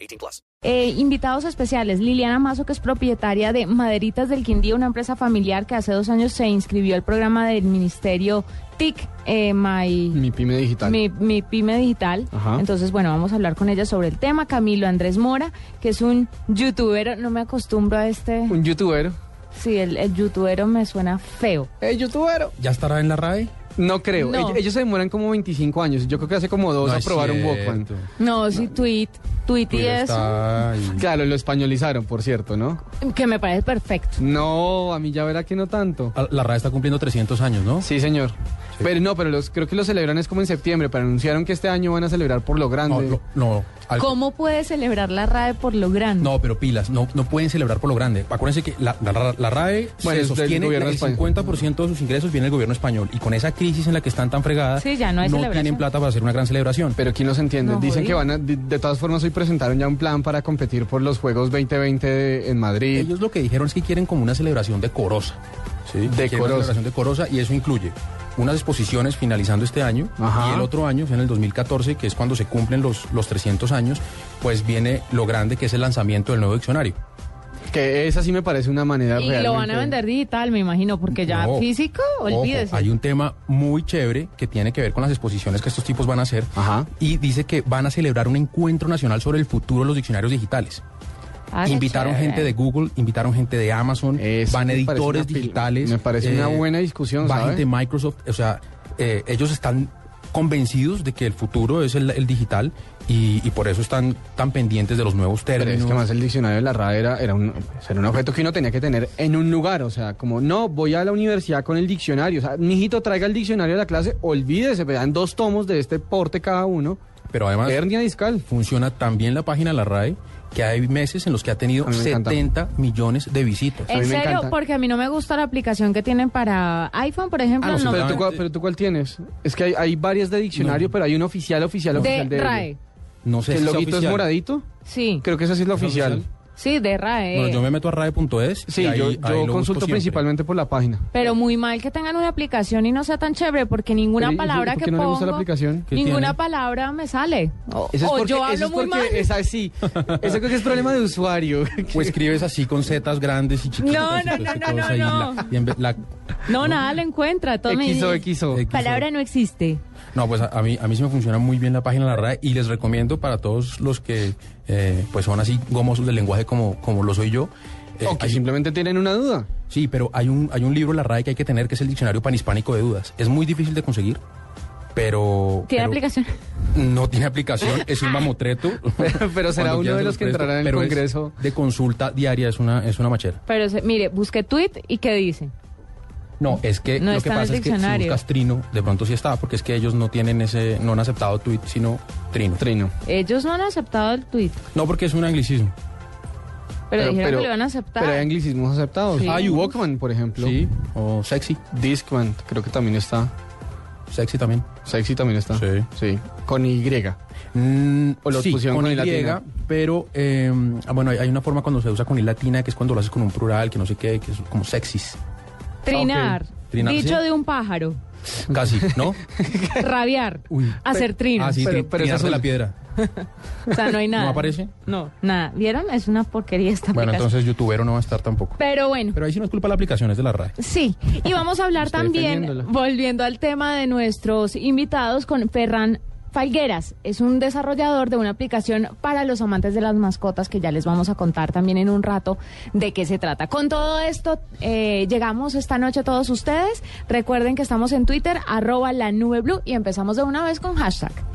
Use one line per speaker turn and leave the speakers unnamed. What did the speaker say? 18 plus.
Eh, invitados especiales, Liliana Mazo, que es propietaria de Maderitas del Quindío, una empresa familiar que hace dos años se inscribió al programa del Ministerio TIC, eh, My...
Mi pyme digital.
Mi, mi pyme digital.
Ajá.
Entonces, bueno, vamos a hablar con ella sobre el tema. Camilo Andrés Mora, que es un youtuber, no me acostumbro a este.
Un youtuber.
Sí, el, el youtubero me suena feo.
¿El youtubero?
¿Ya estará en la RAE?
No creo.
No.
Ell- Ellos se demoran como 25 años. Yo creo que hace como dos
No es
aprobaron
cierto.
Walkman.
No, sí, tweet, tweet y
Pero
eso,
está ahí.
Claro, lo españolizaron, por cierto, ¿no?
que me parece perfecto.
No, a mí ya verá que no tanto.
Ah, La RAE está cumpliendo 300 años, ¿no?
Sí, señor. Pero no, pero los, creo que lo celebran es como en septiembre, pero anunciaron que este año van a celebrar por lo
No,
grande.
no, no, al-
¿Cómo puede celebrar la RAE por lo grande?
no, pero pilas, no, no pueden celebrar por lo grande. Acuérdense que la, la- la RAE
Bueno,
se
es del
sostiene,
gobierno
el
español.
50% de sus ingresos viene del gobierno español. Y con esa crisis en la que están tan fregadas,
Sí, ya no hay celebración.
tienen plata para hacer una gran celebración.
Pero quién los entiende.
No,
Dicen
jodido.
que van a, de, de todas formas hoy presentaron ya un plan para competir por los Juegos 2020 de- en Madrid.
Ellos lo que dijeron es que quieren como una celebración decorosa. ¿sí? Que quieren
Decorosa.
Una celebración decorosa y eso incluye unas exposiciones finalizando este año
Ajá.
y el otro año, en el 2014, que es cuando se cumplen los, los 300 años, pues viene lo grande que es el lanzamiento del nuevo diccionario.
Que esa sí me parece una manera
Y
real.
lo van a vender digital, me imagino, porque ya
No.
físico,
Ojo,
olvídese.
hay un tema muy chévere que tiene que ver con las exposiciones que estos tipos van a hacer.
Ajá.
Y dice que van a celebrar un encuentro nacional sobre el futuro de los diccionarios digitales.
Ah, qué
invitaron
chévere.
gente de Google, invitaron gente de Amazon,
Eso
van
me parece
editores
una pil-
digitales. eh,
me parece una buena discusión,
Va
¿sabe?
gente de Microsoft, o sea, eh, ellos están convencidos de que el futuro es el, el digital y, y por eso están tan pendientes de los nuevos
Pero es
términos.
que más el diccionario de la RAE era, era, un, pues, era un objeto que uno tenía que tener en un lugar. O sea, como no, voy a la universidad con el diccionario. O sea, mijito, traiga el diccionario de la clase, olvídese, me dan dos tomos de este porte cada uno.
Pero además
Hernia discal.
funciona también la página de la RAE, que hay meses en los que ha
A
tenido
mí me encanta.
70 millones de visitas.
mí
En
me
serio,
encanta.
porque a mí no me gusta la aplicación que tienen para iPhone, por ejemplo,
Ah, no,
no.
pero,
totalmente.
tú, cuál- pero tú cuál tienes? Es que hay, hay varias de diccionario,
No.
pero hay una oficial, oficial, oficial.
de
ellos.
RAE.
No
Que
sé
el
si sea
loguito es
oficial.
moradito.
Sí,
Creo que esa sí es la
¿Es
oficial.
oficial?
sí, de RAE.
No, yo me meto a rae.es.
Sí,
y ahí-
yo,
ahí
yo
lo busco
consulto
siempre.
principalmente por la página.
Pero muy mal que tengan una aplicación y no sea tan chévere, porque ninguna
Pero, ¿y por-
palabra
por
que
qué no le
pongo,
gusta la aplicación?
¿Qué
ninguna
tiene?
palabra me sale. O,
Eso es
o
porque,
yo
eso
hablo
es
muy
porque
mal.
es así. Eso creo que es problema de usuario.
O escribes así con zetas grandes y chiquitas.
No,
y
no,
pues,
no,
y
no,
cosas, y
no,
la- y en vez- la-
No, nada, lo encuentra. Todo me
XO,
dice,
XO.
X.
Palabra no existe.
no, pues a, a mí, a mí sí me funciona muy bien la página de la RAE y les recomiendo para todos los que eh, pues son así gomosos del lenguaje como, como lo soy yo. eh,
O que
hay-
simplemente tienen una duda.
sí, pero hay un, hay un libro en la RAE que hay que tener que es el Diccionario Panhispánico de Dudas. Es muy difícil de conseguir, pero...
¿Tiene
pero-
aplicación?
No tiene aplicación, es un mamotreto.
Pero- pero será
Cuando
uno de
quieras
los que
te presto,
entrará en el
pero es
Congreso.
De consulta diaria, es una, es una machera.
Pero se- mire, busqué tweet y ¿qué dice?
No, es que
No
lo
está
que
en el
pasa es que si
diccionario.
buscas trino, de pronto sí está, porque es que ellos no tienen ese, no han aceptado tweet, sino trino.
Trino.
Ellos no han aceptado el tweet,
No, porque es un anglicismo.
pero, dijeron que lo iban a aceptar.
Pero hay anglicismos aceptados.
Sí.
Hay Walkman, por ejemplo.
Sí, o sexy.
Discman, creo que también está.
Sexy también.
Sexy también está.
Sí.
Con Y.
Mm,
O lo
sí,
pusieron con
con
I
Y,
latina.
pero eh, ah, bueno, hay, hay una forma cuando se usa con I latina, que es cuando lo haces con un plural, que no sé qué, que es como sexys.
Trinar.
ah, ok. Trinar,
Dicho
sí.
de un pájaro.
Casi, ¿no?
Rabiar.
Uy.
Hacer trino.
Ah, sí,
Pero-
tri-
pero esa
trinarse
es-
la piedra.
O sea, no hay nada.
¿No aparece?
No, nada. ¿Vieron? Es una porquería esta
Bueno,
aplicación.
entonces youtubero no va a estar tampoco.
Pero bueno.
Pero ahí sí no es culpa de la aplicación, es de la RAE.
Sí, y vamos a hablar
Estoy
también,
defendiéndola.
volviendo al tema de nuestros invitados, con Ferran Falgueras. Es un desarrollador de una aplicación para los amantes de las mascotas que ya les vamos a contar también en un rato de qué se trata. Con todo esto, eh, llegamos esta noche a todos ustedes. Recuerden que estamos en Twitter, arroba la nube blue, y empezamos de una vez con hashtag.